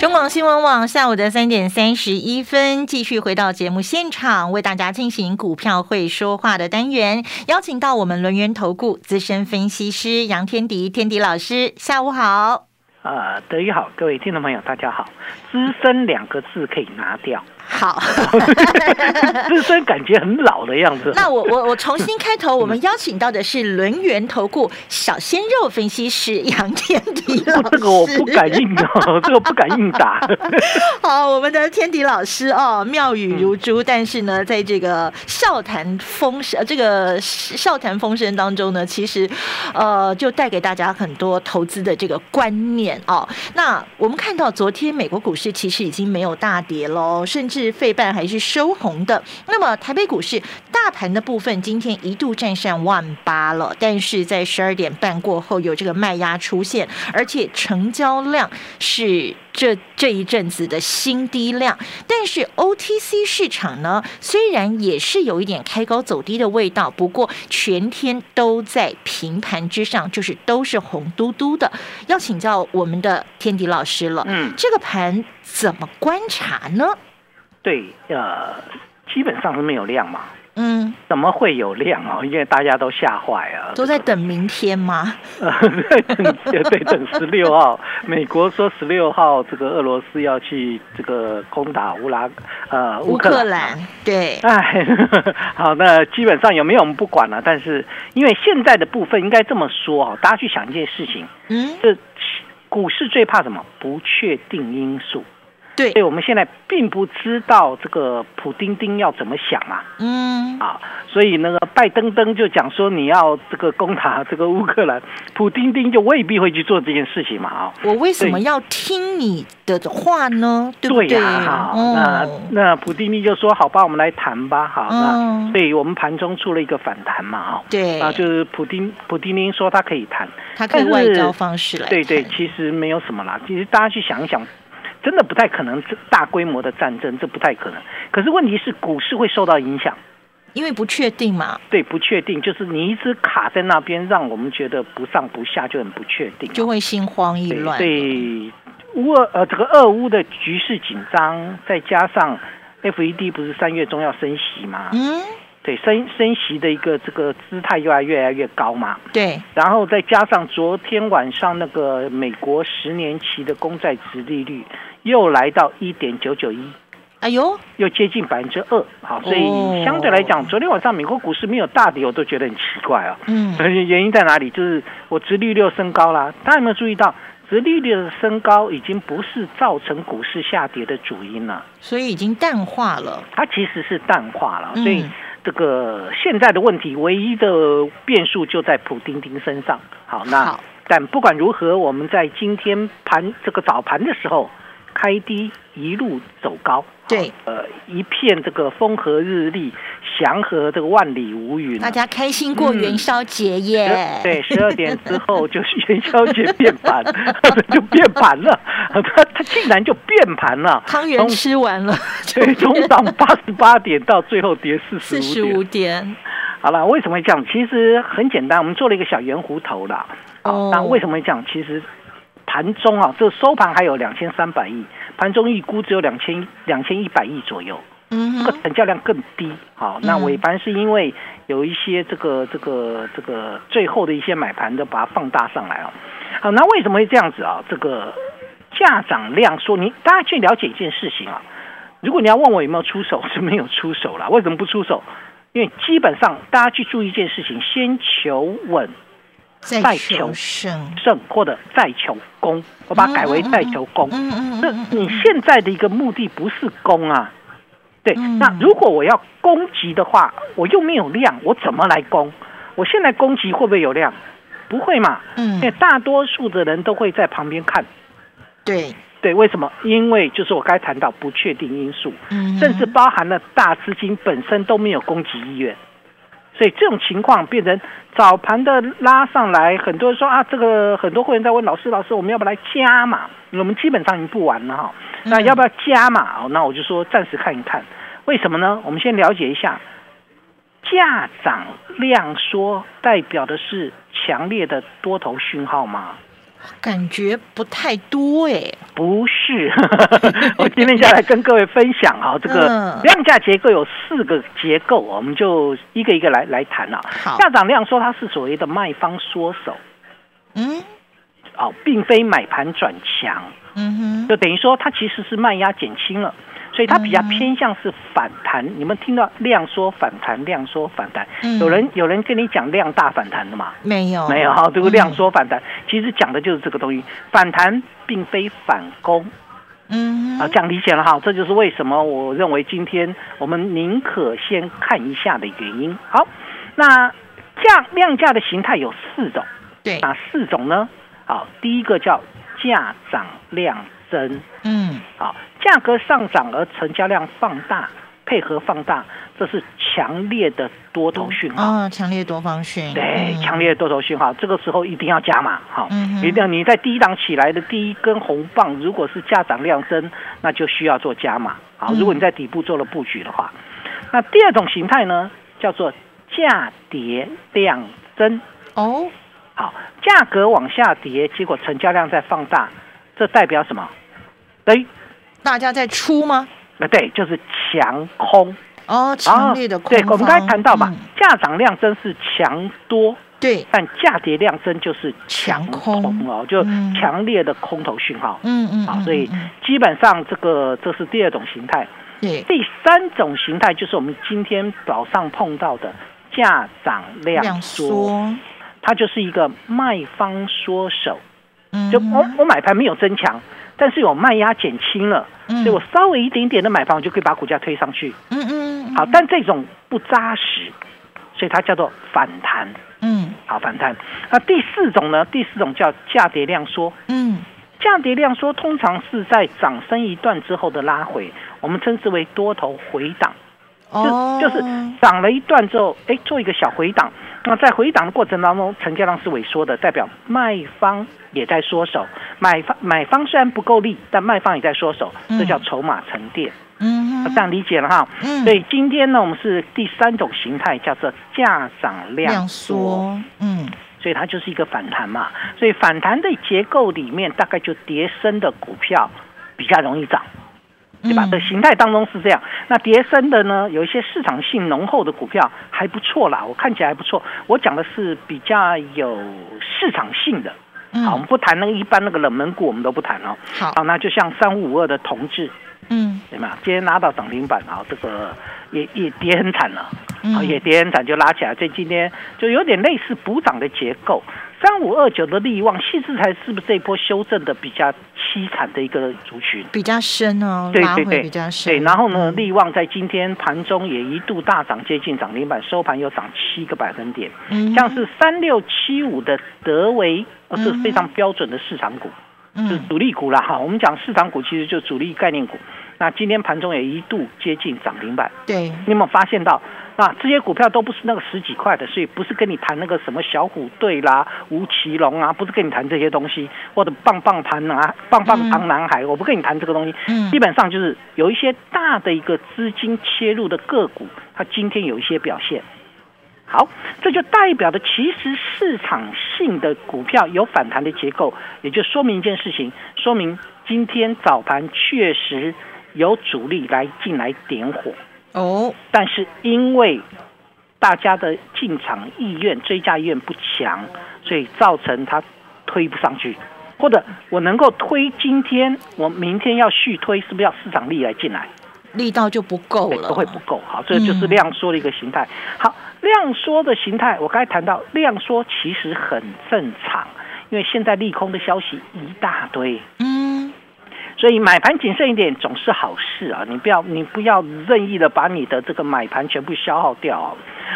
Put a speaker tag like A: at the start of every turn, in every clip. A: 中广新闻网下午的三点三十一分，继续回到节目现场，为大家进行股票会说话的单元，邀请到我们轮源投顾资深分析师杨天迪，天迪老师，下午好。
B: 啊，德语好，各位听众朋友，大家好。 资深两个字可以拿掉，
A: 好，
B: 资深感觉很老的样子。
A: 那我我我重新开头，我们邀请到的是轮源投顾小鲜肉分析师杨天迪老师，
B: 不哦这个我不敢硬哦，这个不敢 硬打。
A: 好，我们的天迪老师哦，妙语如珠，但是呢，在这个笑谈风声，呃这个笑谈风声当中呢，其实呃，就带给大家很多投资的这个观念哦。那我们看到昨天美国股市其实已经没有大跌喽，甚至费半还是收红的。那么台北股市大盘的部分，今天一度站上万八了，但是在十二点半过后有这个卖压出现，而且成交量是这这一阵子的新低量。但是 OTC 市场呢，虽然也是有一点开高走低的味道，不过全天都在平盘之上，就是都是红嘟嘟的。要请教我们的天迪老师了，
B: 嗯，
A: 这个盘怎么观察呢？
B: 对，呃，基本上是没有量嘛，
A: 嗯，
B: 怎么会有量哦？因为大家都吓坏了。
A: 都在等明天吗？
B: 呃，对等 对等十六号，美国说十六号这个俄罗斯要去这个攻打乌拉呃
A: 乌
B: 乌
A: 克
B: 克兰。
A: 兰，对，
B: 哎，好，那基本上有没有我们不管了，但是因为现在的部分应该这么说啊，大家去想一件事情，
A: 嗯，
B: 这股市最怕什么？不确定因素。
A: 对
B: 所以我们现在并不知道这个普丁丁要怎么想啊
A: 嗯，
B: 啊，所以那个拜登登就讲说你要这个攻打这个乌克兰，普丁丁就未必会去做这件事情嘛啊。
A: 我为什么要听你的话呢？对不
B: 对
A: 对？
B: 呀、好，那
A: 嗯
B: 那普丁丁就说好吧，我们来谈吧，好，
A: 嗯
B: 那所以我们盘中出了一个反弹嘛啊。
A: 对，
B: 啊，就是普丁普丁丁说他可以谈，
A: 它可以
B: 但是
A: 外交方式来
B: 对对，
A: 看
B: 其实没有什么啦。其实大家去想一想，真的不太可能这大规模的战争，这不太可能。可是问题是股市会受到影响，
A: 因为不确定嘛，
B: 对，不确定，就是你一直卡在那边，让我们觉得不上不下，就很不确定。啊
A: 就会心慌意
B: 对
A: 乱。
B: 对，乌俄呃这个俄乌的局势紧张，再加上 FED 不是三月中要升息嘛？
A: 嗯，
B: 对，升升息的一个这个姿态越来越来越高嘛。
A: 对，
B: 然后再加上昨天晚上那个美国十年期的公债值利率又来到一点九九一，
A: 哎呦，
B: 又接近百分之二，好，所
A: 哦
B: 以相对来讲，昨天晚上美国股市没有大跌，我都觉得很奇怪啊。
A: 嗯，
B: 而且原因在哪里？就是我殖利率又升高啦，大家有没有注意到？殖利率的升高已经不是造成股市下跌的主因了，
A: 所以已经淡化了。
B: 它其实是淡化了。
A: 嗯
B: 所以这个现在的问题，唯一的变数就在普丁丁身上。好，那
A: 好
B: 但不管如何，我们在今天盘这个早盘的时候，开低一路走高，
A: 对，
B: 呃，一片这个风和日丽，祥和这个万里无云啊、
A: 大家开心过元宵节耶
B: 十。嗯对，十二点之后就是元宵节变盘， 就变盘了，它它竟然就变盘 了，
A: 汤圆吃完了，
B: 对，从涨八十八点到最后跌四
A: 四
B: 十
A: 十
B: 五点
A: 五。点。
B: 好了，为什么会这样？其实很简单，我们做了一个小圆弧头啦。
A: 哦
B: 那为什么会这样？其实盘中啊，这收盘还有两千三百亿，盘中预估只有两千两千一百亿左右，
A: 嗯
B: 这个
A: 哼，
B: 成交量更低。好，那
A: 嗯
B: 尾盘是因为有一些这个这个这个最后的一些买盘都把它放大上来哦。好，那为什么会这样子啊？这个价涨量缩，你大家去了解一件事情啊。如果你要问我有没有出手，是没有出手啦。为什么不出手？因为基本上大家去注意一件事情，先求稳
A: 再
B: 再
A: 求
B: 求
A: 胜。
B: 胜，或者再求攻。我把它改为再求攻。
A: 嗯嗯
B: 那
A: 嗯嗯
B: 你现在的一个目的不是攻啊，对。
A: 嗯
B: 那如果我要攻击的话，我又没有量，我怎么来攻？我现在攻击会不会有量？不会嘛，因
A: 嗯
B: 为
A: 嗯，
B: 大多数的人都会在旁边看。
A: 对，
B: 对，为什么？因为就是我刚才谈到不确定因素，
A: 嗯
B: 甚至包含了大资金本身都没有攻击意愿，所以这种情况变成早盘的拉上来，很多人说啊，这个很多会员在问老师，老师我们要不要来加码？我们基本上已经不玩了哈，那要不要加码？哦那我就说暂时看一看，为什么呢？我们先了解一下，价涨量缩代表的是强烈的多头讯号吗？
A: 感觉不太多哎、
B: 不是， 我今天下来跟各位分享啊，这个
A: 嗯
B: 量价结构有四个结构，我们就一个一个来来谈啊。
A: 好
B: 下涨量说它是所谓的卖方缩手
A: 嗯
B: 哦，并非买盘转强，
A: 嗯哼，
B: 就等于说它其实是卖压减轻了。所以它比较偏向是反弹，你们听到量缩反弹，量缩反弹，
A: 嗯
B: 有人有人跟你讲量大反弹的嘛？
A: 没有
B: 没有啊哈，这个量
A: 嗯
B: 缩反弹，其实讲的就是这个东西，反弹并非反攻，
A: 嗯
B: 啊，
A: 哼
B: 这样理解了哈，这就是为什么我认为今天我们宁可先看一下的原因。好，那价量价的形态有四种，
A: 对，
B: 哪四种呢？好，第一个叫价涨量增，
A: 嗯
B: 好，价格上涨而成交量放大，配合放大，这是强烈的多头讯号。
A: 啊，强烈多方讯，
B: 对，
A: 嗯
B: 哎强烈的多头讯号，这个时候一定要加码，好、
A: 嗯哼
B: 一定要你在第一档起来的第一根红棒，如果是价涨量增，那就需要做加码，好，
A: 嗯
B: 如果你在底部做了布局的话，那第二种形态呢，叫做价跌量增，
A: 哦，
B: 好，价格往下跌，结果成交量在放大，这代表什么？等于
A: 大家在出吗？
B: 呃，对，就是强空，
A: 哦，
B: 啊
A: 强烈的空
B: 对，我们刚才
A: 方
B: 谈到嘛
A: 嗯，
B: 价涨量增是强多，
A: 对，
B: 但价跌量增就是强
A: 强
B: 空
A: 空
B: 哦，就
A: 嗯
B: 强烈的空头讯号。
A: 嗯嗯，
B: 好，
A: 嗯
B: 所以
A: 嗯嗯
B: 基本上这个这是第二种形态，
A: 对，
B: 第三种形态就是我们今天早上碰到的价涨量
A: 量
B: 缩，
A: 缩，
B: 它就是一个卖方缩手，
A: 嗯
B: 就哦
A: 哼
B: 我我买盘没有增强，但是有卖压减轻了，
A: 嗯
B: 所以我稍微一点点的买盘，我就可以把股价推上去。
A: 嗯嗯，
B: 好，但这种不扎实，所以它叫做反弹。
A: 嗯
B: 好反弹。那第四种呢？第四种叫价跌量缩。
A: 嗯
B: 价跌量缩通常是在涨升一段之后的拉回，我们称之为多头回档，就、
A: 哦，
B: 就是涨了一段之后，哎，做一个小回档。那在回档的过程当中，成交量是萎缩的，代表卖方也在缩手，买方买方虽然不够力，但卖方也在缩手，这叫
A: 嗯
B: 筹码沉淀。
A: 嗯
B: 这
A: 哼，
B: 样理解了哈。
A: 嗯
B: 所以今天呢，我们是第三种形态，叫做价涨量
A: 量
B: 缩。
A: 缩，嗯
B: 所以它就是一个反弹嘛。所以反弹的结构里面，大概就跌升的股票比较容易涨，对吧？
A: 嗯
B: 这形态当中是这样。那跌升的呢，有一些市场性浓厚的股票还不错啦，我看起来还不错。我讲的是比较有市场性的。
A: 嗯
B: 好，我们不谈那个一般那个冷门股，我们都不谈哦。
A: 好
B: 好，那就像三五五二的同志，
A: 嗯
B: 对吗？今天拉到涨停板啊，这个也也跌很惨了，
A: 嗯
B: 啊，也跌很惨就拉起来，所以今天就有点类似补涨的结构。三五二九的利旺，细致才是不是这一波修正的比较凄惨的一个族群？
A: 比较深哦，
B: 对
A: 拉
B: 对
A: 回
B: 对，
A: 比较深，
B: 对，然后呢，
A: 嗯
B: 利旺在今天盘中也一度大涨，接近涨停板，收盘又涨七个百分点。
A: 嗯
B: 像是三六七五的德维，呃这是非常
A: 嗯
B: 标准的市场股。是
A: 嗯
B: 主力股啦哈。我们讲市场股其实就主力概念股。那今天盘中也一度接近涨停板，
A: 对
B: 你有没有发现到？啊，这些股票都不是那个十几块的，所以不是跟你谈那个什么小虎队啦、吴奇隆啊，不是跟你谈这些东西，或者棒棒糖啊、棒棒糖男孩，我不跟你谈这个东西。
A: 嗯
B: 基本上就是有一些大的一个资金切入的个股，它今天有一些表现。好，这就代表的其实市场性的股票有反弹的结构，也就说明一件事情，说明今天早盘确实有主力来进来点火，
A: 哦
B: 但是因为大家的进场意愿、追加意愿不强，所以造成它推不上去，或者我能够推今天，我明天要续推，是不是要市场力来进来？
A: 力道就不够
B: 对，
A: 了，
B: 哎都会不够。好，这就是量缩的一个形态。好，量缩的形态，我刚才谈到量缩其实很正常，因为现在利空的消息一大堆，
A: 嗯
B: 所以买盘谨慎一点总是好事啊！你不要你不要任意的把你的这个买盘全部消耗掉、啊。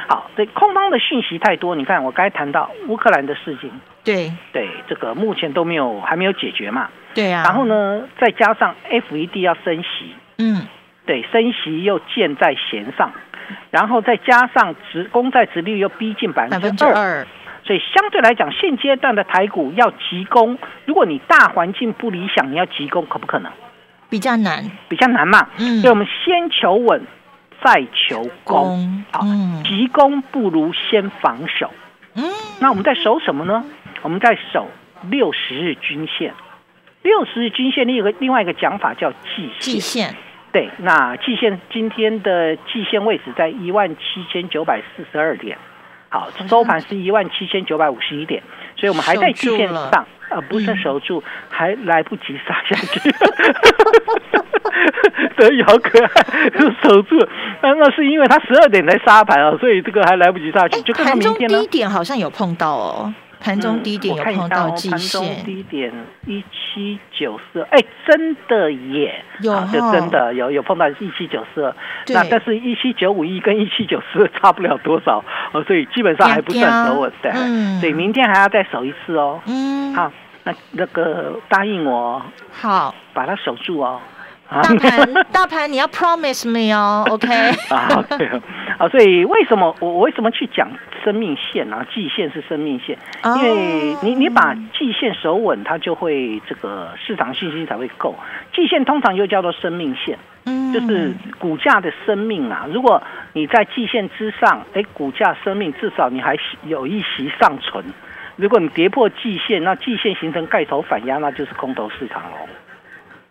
B: 好，对空方的讯息太多，你看我刚才谈到乌克兰的事情，
A: 对
B: 对这个目前都没有还没有解决嘛。
A: 对啊。
B: 然后？呢，再加上 FED 要升息，
A: 嗯，
B: 对，升息又箭在弦上，然后再加上值公债值率又逼近百
A: 百
B: 分
A: 分之
B: 之二，
A: 二，
B: 所以相对来讲，现阶段的台股要急攻，如果你大环境不理想，你要急攻可不可能？
A: 比较难。
B: 比较难嘛。
A: 嗯
B: 所以我们先求稳，再求攻。
A: 攻，
B: 好，
A: 嗯
B: 急攻不如先防守。
A: 嗯，
B: 那我们在守什么呢？我们在守六十日均线。六十日均线另一个另外一个讲法叫季
A: 嗯季
B: 线。
A: 线，
B: 对，那季线今天的季线位置在一万七千九百四十二点，好，收盘是一万七千九百五十一点，所以我们还在季线
A: 嗯守住
B: 上
A: 了，
B: 呃，不是
A: 嗯
B: 守住，还来不及杀下 去。所以好可爱，守住了。那那是因为它十二点才杀盘啊，所以这个还来不及杀去，
A: 哎，
B: 就看到
A: 盘
B: 明
A: 中
B: 天呢
A: 低。点好像有碰到哦，盘中低点
B: 嗯
A: 有
B: 我看
A: 碰
B: 一下
A: 到
B: 哦
A: 季
B: 盘中
A: 线，
B: 低点一七九四，哎，真的耶，
A: 有
B: 啊就
A: 哦
B: 真的有有碰到一七九四，
A: 对
B: 那但是一七九五一跟一七九四 差不了多少，哦，所以基本上还不算手稳的，
A: 两条嗯
B: 所以明天还要再守一次哦。
A: 嗯，
B: 好，那那个答应我哦，
A: 好，
B: 把它守住哦。啊
A: 大盘 大盘你要 promise me 哦，OK，
B: 啊，对哦啊，所以为什么我我为什么去讲生命线啊？季线是生命线，因为你你把季线守稳，它就会这个市场信心才会够。季线通常又叫做生命线，
A: 嗯
B: 就是股价的生命啊。如果你在季线之上，哎，股价生命至少你还有一席尚存。如果你跌破季线，那季线形成盖头反压，那就是空头市场喽。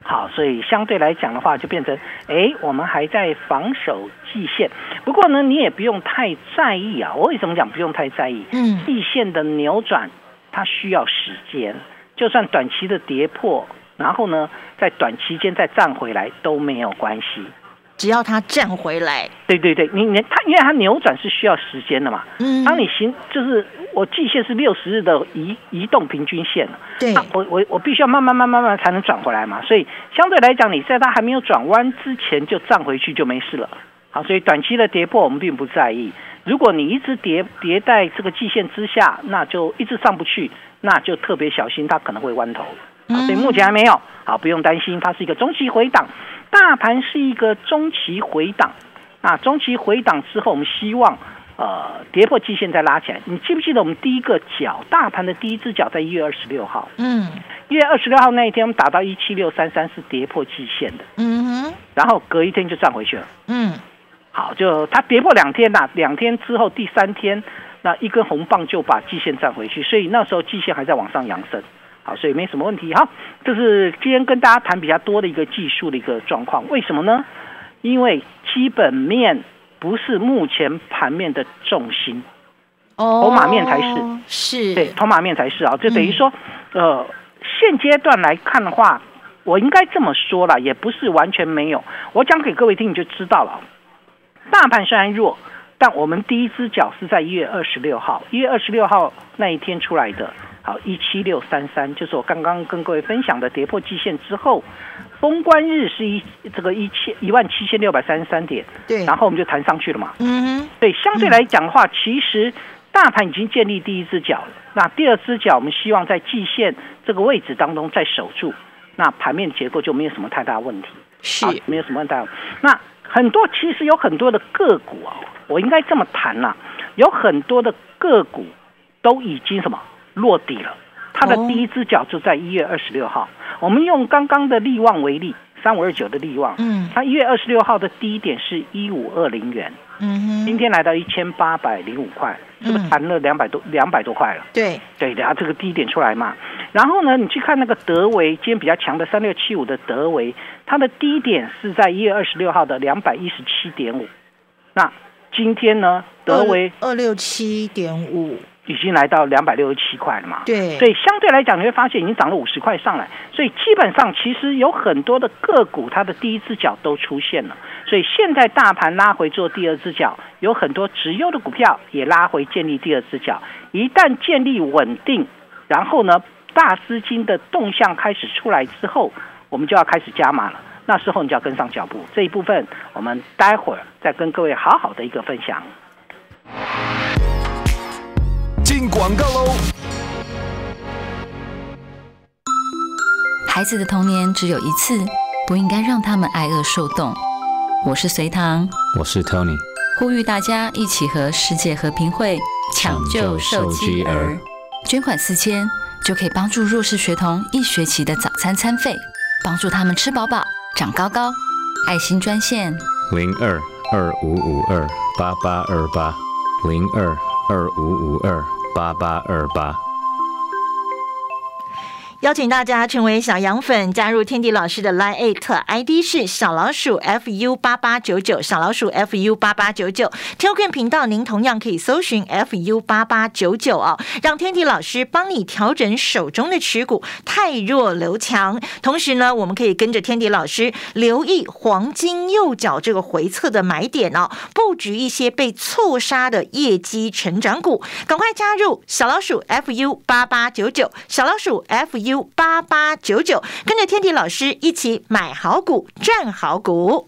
B: 好，所以相对来讲的话，就变成，哎，我们还在防守季线。不过呢，你也不用太在意啊。我为什么讲不用太在意？
A: 嗯
B: 季线的扭转，它需要时间，就算短期的跌破，然后呢，在短期间再站回来都没有关系。
A: 只要它站回来，
B: 对对对，你你它因为它扭转是需要时间的嘛。
A: 嗯，
B: 当你行就是我季线是六十日的移移动平均线，
A: 对
B: 那啊我我我必须要慢慢慢慢慢慢才能转回来嘛。所以相对来讲，你在它还没有转弯之前就站回去就没事了。好，所以短期的跌破我们并不在意。如果你一直跌跌在这个季线之下，那就一直上不去，那就特别小心，它可能会弯头。好，
A: 嗯
B: 所以啊目前还没有，好，不用担心，它是一个中期回档，大盘是一个中期回档。那中期回档之后，我们希望呃跌破季线再拉起来。你记不记得我们第一个脚大盘的第一只脚在一月二十六号？
A: 嗯
B: 一月二十六号那一天，我们打到一七六三三是跌破季线的，
A: 嗯哼
B: 然后隔一天就站回去了。
A: 嗯，
B: 好，就它跌破两天啦，两天之后第三天，那一根红棒就把季线站回去，所以那时候季线还在往上扬升。好，所以没什么问题。好，这是今天跟大家谈比较多的一个技术的一个状况。为什么呢？因为基本面不是目前盘面的重心。
A: 哦，
B: 筹码面才
A: 是，
B: 对，筹码面才是啊，就等于说，呃，现阶段来看的话，我应该这么说啦，也不是完全没有。我讲给各位听，你就知道了。大盘虽然弱，但我们第一只脚是在一月二十六号，一月二十六号那一天出来的。好，一七六三三就是我刚刚跟各位分享的跌破季线之后，封关日是一这个一千一万七千六百三十三点，
A: 对，
B: 然后我们就弹上去了嘛。
A: 嗯哼
B: 对，相对来讲的话，其实大盘已经建立第一只脚了。那第二只脚，我们希望在季线这个位置当中再守住，那盘面结构就没有什么太大问题，
A: 是
B: 啊，没有什么太大。那很多其实有很多的个股啊，我应该这么谈呐、有很多的个股都已经什么落底了，它的
A: 哦
B: 第一只脚就在一月二十六号。我们用刚刚的利旺为例，三五二九的利旺，
A: 嗯
B: 它一月二十六号的低点是一五二零元。
A: 嗯哼，
B: 今天来到一千八百零五块，是不是
A: 嗯
B: 弹了两百多两百多块了？
A: 对，
B: 对的啊，这个低点出来嘛。然后呢，你去看那个德维，今天比较强的三六七五的德维，它的低点是在一月二十六号的两百一十七点五。那今天呢，德维
A: 二六七点五，
B: 已经来到两百六十七块了嘛？
A: 对，
B: 所以相对来讲，你会发现已经涨了五十块上来，所以基本上其实有很多的个股，它的第一只脚都出现了。所以现在大盘拉回做第二只脚，有很多直优的股票也拉回建立第二只脚。一旦建立稳定，然后呢，大资金的动向开始出来之后，我们就要开始加码了。那时候你就要跟上脚步，这一部分我们待会儿再跟各位好好的一个分享。
C: 进广告喽！
D: 孩子的童年只有一次，不应该让他们挨饿受冻。我是隋唐，
E: 我是 Tony，
D: 呼吁大家一起和世界和平会抢救受饥儿，捐款四千就可以帮助弱势学童一学期的早餐餐费，帮助他们吃饱饱、长高高。爱心专线
E: 零二二五五二八八二八零二二五五二八八二八。
A: 邀请大家成为小羊粉，加入天地老师的 Line Eight ID 是小老鼠 fu 八八九九，小老鼠 fu 八八九九。Telegram 频道您同样可以搜寻 fu 八八九九哦，让天地老师帮你调整手中的持股，太弱留强。同时呢，我们可以跟着天地老师留意黄金右脚这个回撤的买点哦，布局一些被错杀的业绩成长股，赶快加入小老鼠 fu 八八九九，小老鼠 fu。八八九九，跟着天地老师一起买好股，赚好股。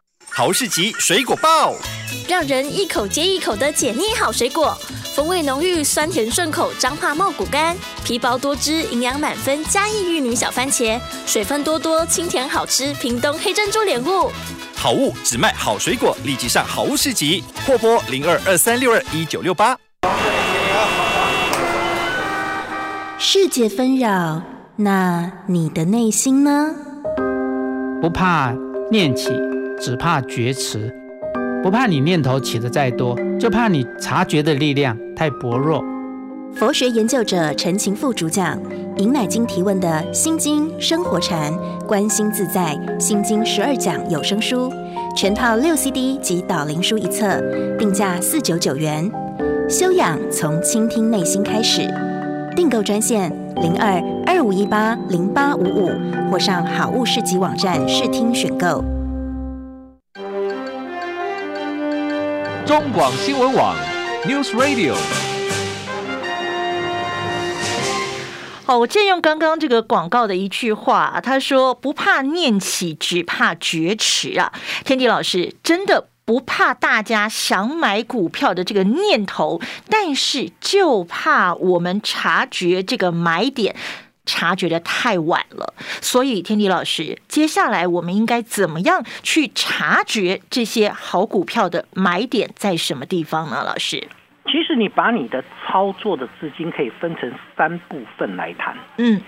C: 豪士吉水果爆，
F: 让人一口接一口的解腻好水果，风味浓郁，酸甜顺口，彰化茂谷柑，皮薄多汁，营养满分，嘉义玉女小番茄，水分多多，清甜好吃，屏东黑珍珠莲雾。
C: 好物只卖好水果，立即上豪士吉，或拨零二二三六二一九六八。
G: 世界纷扰，那你的内心呢？
H: 不怕念起，只怕觉迟。不怕你念头起得再多，就怕你察觉的力量太薄弱。
G: 佛学研究者陈情副主讲尹乃金提问的《心经》生活禅、观心自在《心经》十二讲有声书，全套六 CD 及导灵书一册，定价四九九元。修养从倾听内心开始，订购专线零二二五一八零八五五，或上好物市集网站试听选购。
I: 中广新闻网，News Radio。
A: 好，我借用刚刚这个广告的一句话、啊，他说：“不怕念起，只怕觉迟啊！”天地老师真的。不怕大家想买股票的这个念头，但是就怕我们察觉这个买点，察觉的太晚了。所以，天地老师，接下来我们应该怎么样去察觉这些好股票的买点在什么地方呢？老师，
B: 其实你把你的操作的资金可以分成三部分来谈。
A: 嗯，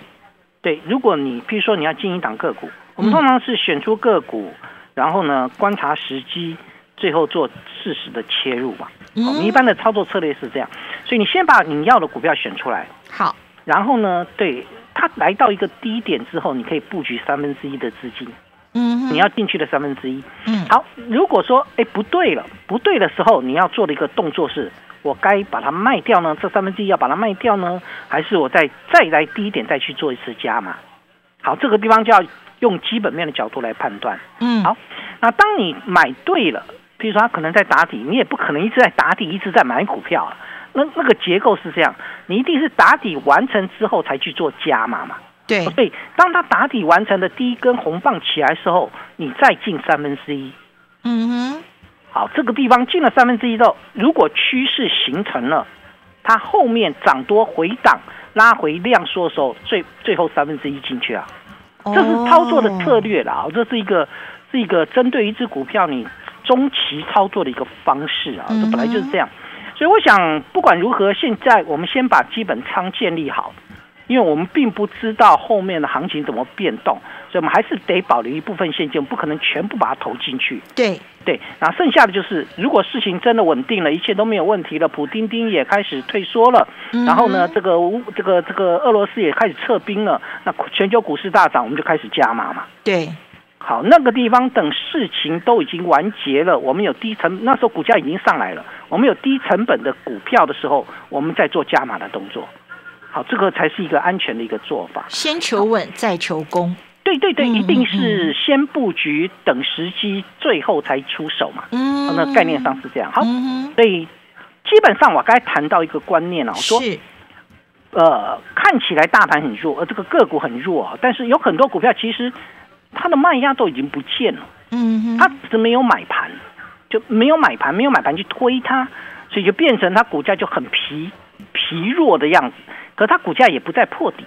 B: 对，如果你譬如说你要进一档个股，我们通常是选出个股，然后呢观察时机。最后做适时的切入吧。哦我们一般的操作策略是这样，所以你先把你要的股票选出来，
A: 好，
B: 然后呢，对它来到一个低点之后，你可以布局三分之一的资金，
A: 嗯，
B: 你要进去的三分之一。
A: 嗯，
B: 好，如果说哎不对了，不对的时候，你要做的一个动作是，我该把它卖掉呢？这三分之一要把它卖掉呢，还是我再再来低点再去做一次加码？好，这个地方就要用基本面的角度来判断。
A: 嗯，
B: 好，那当你买对了。比如说，它可能在打底，你也不可能一直在打底，一直在买股票、啊。那那个结构是这样，你一定是打底完成之后才去做加码嘛。
A: 对，
B: 所以当它打底完成的第一根红棒起来的时候，你再进三分之一。
A: 嗯哼，
B: 好，这个地方进了三分之一之后，如果趋势形成了，它后面涨多回档拉回量缩的时候，最最后三分之一进去啊。这是操作的策略啦，这是一个是一个针对一只股票你。中期操作的一个方式啊，这本来就是这样，所以我想不管如何，现在我们先把基本仓建立好，因为我们并不知道后面的行情怎么变动，所以我们还是得保留一部分现金，我们不可能全部把它投进去。
A: 哦对，
B: 对，那剩下的就是，如果事情真的稳定了，一切都没有问题了，普丁丁也开始退缩了，
A: 嗯
B: 然后呢，这个乌这个这个俄罗斯也开始撤兵了，那全球股市大涨，我们就开始加码嘛。
A: 对，
B: 好，那个地方等事情都已经完结了，我们有低成那时候股价已经上来了，我们有低成本的股票的时候，我们再做加码的动作。好，这个才是一个安全的一个做法。
A: 先求稳再求攻。
B: 对对对，
A: 嗯
B: 一定是先布局，等时机，最后才出手嘛。
A: 嗯，
B: 那概念上是这样。好，
A: 嗯哼，
B: 所以基本上我刚才谈到一个观念啊，我说
A: 是，
B: 呃，看起来大盘很弱，呃，这个个股很弱啊，但是有很多股票其实它的卖压都已经不见了。
A: 嗯哼，
B: 它只是没有买盘，就没有买盘，没有买盘去推它，所以就变成它股价就很疲疲弱的样子。可它股价也不再破底，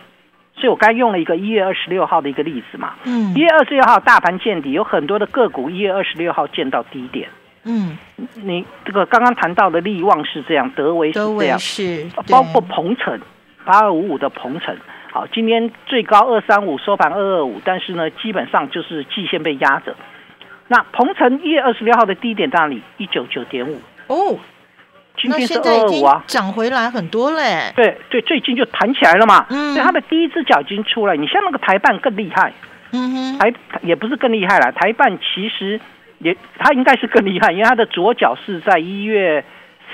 B: 所以我刚才用了一个一月二十六号的一个例子嘛，
A: 嗯
B: 一月二十六号大盘见底，有很多的个股一月二十六号见到低点。
A: 嗯，
B: 你这个刚刚谈到的利旺是这样，德维是
A: 德
B: 这
A: 维
B: 样，
A: 是，
B: 包
A: 对
B: 括鹏程八二五五的鹏程。好，今天最高二三五收盘二二五，但是呢，基本上就是季线被压着。那鹏程一月二十六号的低点到哪里？一九九点五，
A: 哦，
B: 今
A: 那
B: 天是
A: 现
B: 二
A: 在
B: 二
A: 已
B: 五
A: 经
B: 啊。
A: 涨回来很多嘞。
B: 对对，最近就弹起来了嘛，
A: 嗯
B: 所以它的第一只脚已经出来。你像那个台办更厉害，
A: 嗯哼，
B: 台也不是更厉害啦，台办其实也它应该是更厉害，因为它的左脚是在一月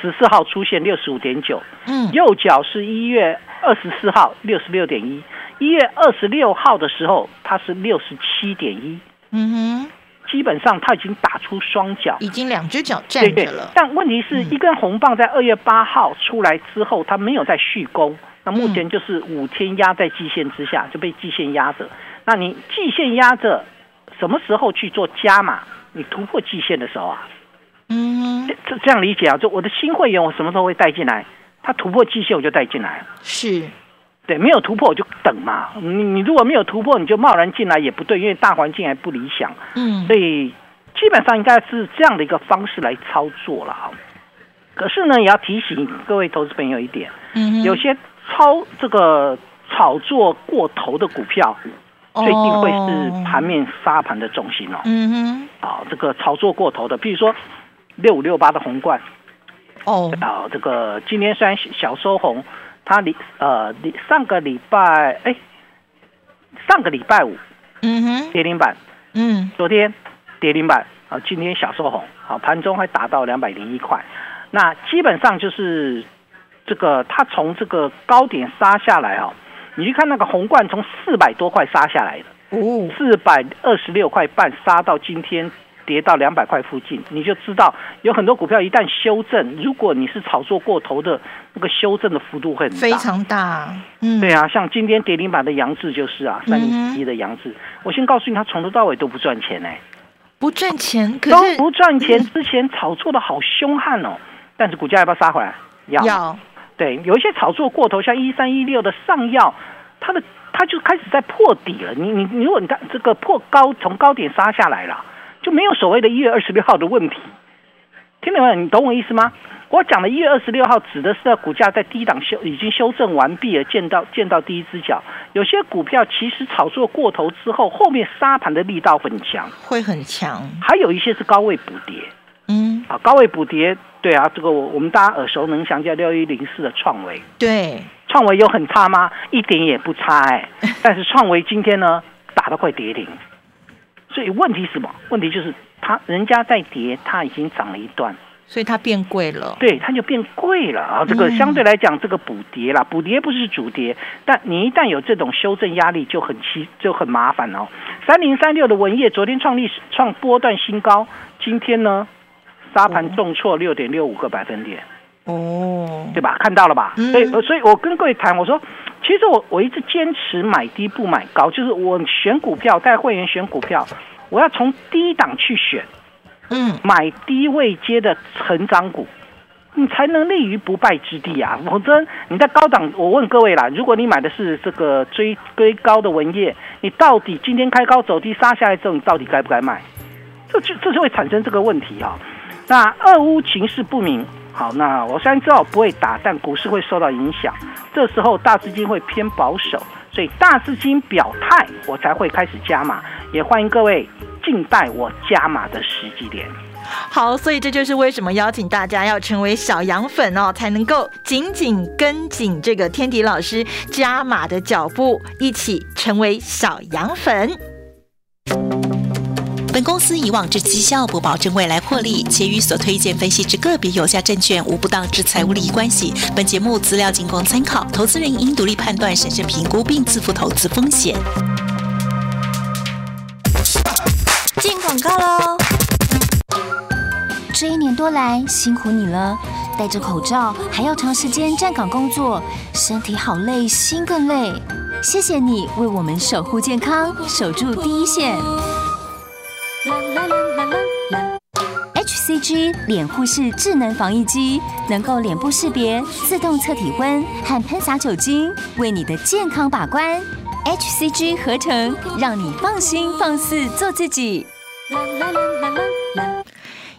B: 十四号出现六十五点九，
A: 嗯，
B: 右脚是一月二十四号六十六点一，一月二十六号的时候它是六十七点一，
A: 嗯哼，
B: 基本上它已经打出双脚，
A: 已经两只脚
B: 对
A: 站
B: 对
A: 着了。。
B: 但问题是一根红棒在二月八号出来之后，它没有再续攻，那目前就是五天压在季线之下，就被季线压着。那你季线压着，什么时候去做加码？你突破季线的时候啊，
A: 嗯哼，
B: 这这这样理解啊，就我的新会员我什么时候会带进来？他突破季线我就带进来。啊
A: 是，
B: 对，没有突破我就等嘛。嗯你你如果没有突破，你就贸然进来也不对，因为大环境还不理想，
A: 嗯
B: 所，以基本上应该是这样的一个方式来操作了啊。可是呢，也要提醒各位投资朋友一点，
A: 嗯哼
B: 有些超这个炒作过头的股票，最近会是
A: 哦
B: 盘面杀盘的重心哦。
A: 嗯
B: 啊，这个炒作过头的，譬如说六五六八的宏冠，
A: 哼，哦，
B: 啊，这个今天虽然小收红，它礼呃礼上个礼拜哎，上个礼拜五
A: 嗯哼，
B: 跌停板，
A: 嗯，
B: 昨天跌停板啊，今天小收红，啊，盘中还达到两百零一块，那基本上就是这个它从这个高点杀下来哦，你去看那个红冠从四百多块杀下来的，
A: 哦，
B: 四百二十六块半杀到今天跌到两百块附近，你就知道有很多股票一旦修正，如果你是炒作过头的，那个修正的幅度会很大。
A: 非常大，嗯，
B: 对啊，像今天跌停板的杨志就是啊，三零一的杨志，我先告诉你，他从头到尾都不赚钱呢、欸
A: 不赚钱，可
B: 都
A: 是
B: 不赚钱，之前炒作的好凶悍哦，但是股价要不要杀回来？要。
A: 要，
B: 对，有一些炒作过头，像一三一六的上药，它的它就开始在破底了。你你你如果你看这个破高从高点杀下来了，就没有所谓的一月二十六号的问题。听懂没有？你懂我意思吗？我讲的一月二十六号指的是在股价在低档修已经修正完毕了，见到见到第一只脚。有些股票其实炒作过头之后，后面杀盘的力道很强，
A: 会很强，
B: 还有一些是高位补跌
A: 嗯，
B: 啊，高位补跌。对啊，这个我我们大家耳熟能详，叫六一零四的创维。
A: 对，
B: 创维有很差吗？一点也不差哎、但是创维今天呢，打到快跌停，所以问题是什么？问题就是它人家在跌，它已经涨了一段，
A: 所以它变贵了，
B: 对，它就变贵了啊。这个
A: 嗯
B: 相对来讲，这个补跌啦，补跌不是主跌，但你一旦有这种修正压力，就很奇就很麻烦哦。三零三六的文业昨天创历史创波段新高，今天呢，沙盘重挫六点六五个百分点。
A: 哦，
B: 对吧？看到了吧？
A: 嗯
B: 所以，呃所以我跟各位谈，我说，其实我我一直坚持买低不买高，就是我选股票带会员选股票，我要从低档去选，
A: 嗯，
B: 买低位接的成长股。你才能立于不败之地啊！否则你在高档，我问各位啦，如果你买的是这个追追高的文业，你到底今天开高走低杀下来之后，你到底该不该卖？这就这就会产生这个问题啊。那俄乌情势不明，好，那我虽然知道不会打，但股市会受到影响。这时候大资金会偏保守，所以大资金表态，我才会开始加码。也欢迎各位静待我加码的时机点。
A: 好，所以这就是为什么邀请大家要成为小羊粉哦，才能够紧紧跟紧这个天迪老师加码的脚步，一起成为小羊粉。
J: 本公司以往之绩效不保证未来获利，且与所推荐分析之个别有价证券无不当之财务利益关系。本节目资料仅供参考，投资人应独立判断、审慎评估并自负投资风险。
F: 进广告喽！
K: 这一年多来辛苦你了，戴着口罩还要长时间站岗工作，身体好累，心更累。谢谢你为我们守护健康，守住第一线。HCG 脸护士智能防疫机能够脸部识别、自动测体温和喷洒酒精，为你的健康把关。HCG 合成，让你放心放肆做自己。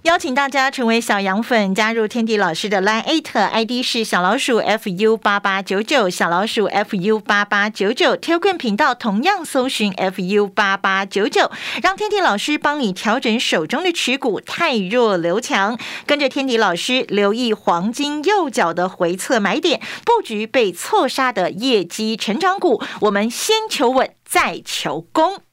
A: 邀请大家成为小羊粉，加入天地老师的 Line Eight ID 是小老鼠 fu 八八九九，小老鼠 fu 八八九九 t e l g r a m 频道同样搜寻 fu 八八九九，让天地老师帮你调整手中的持股，太弱留强，跟着天地老师留意黄金右脚的回撤买点，布局被错杀的业绩成长股，我们先求稳，再求攻。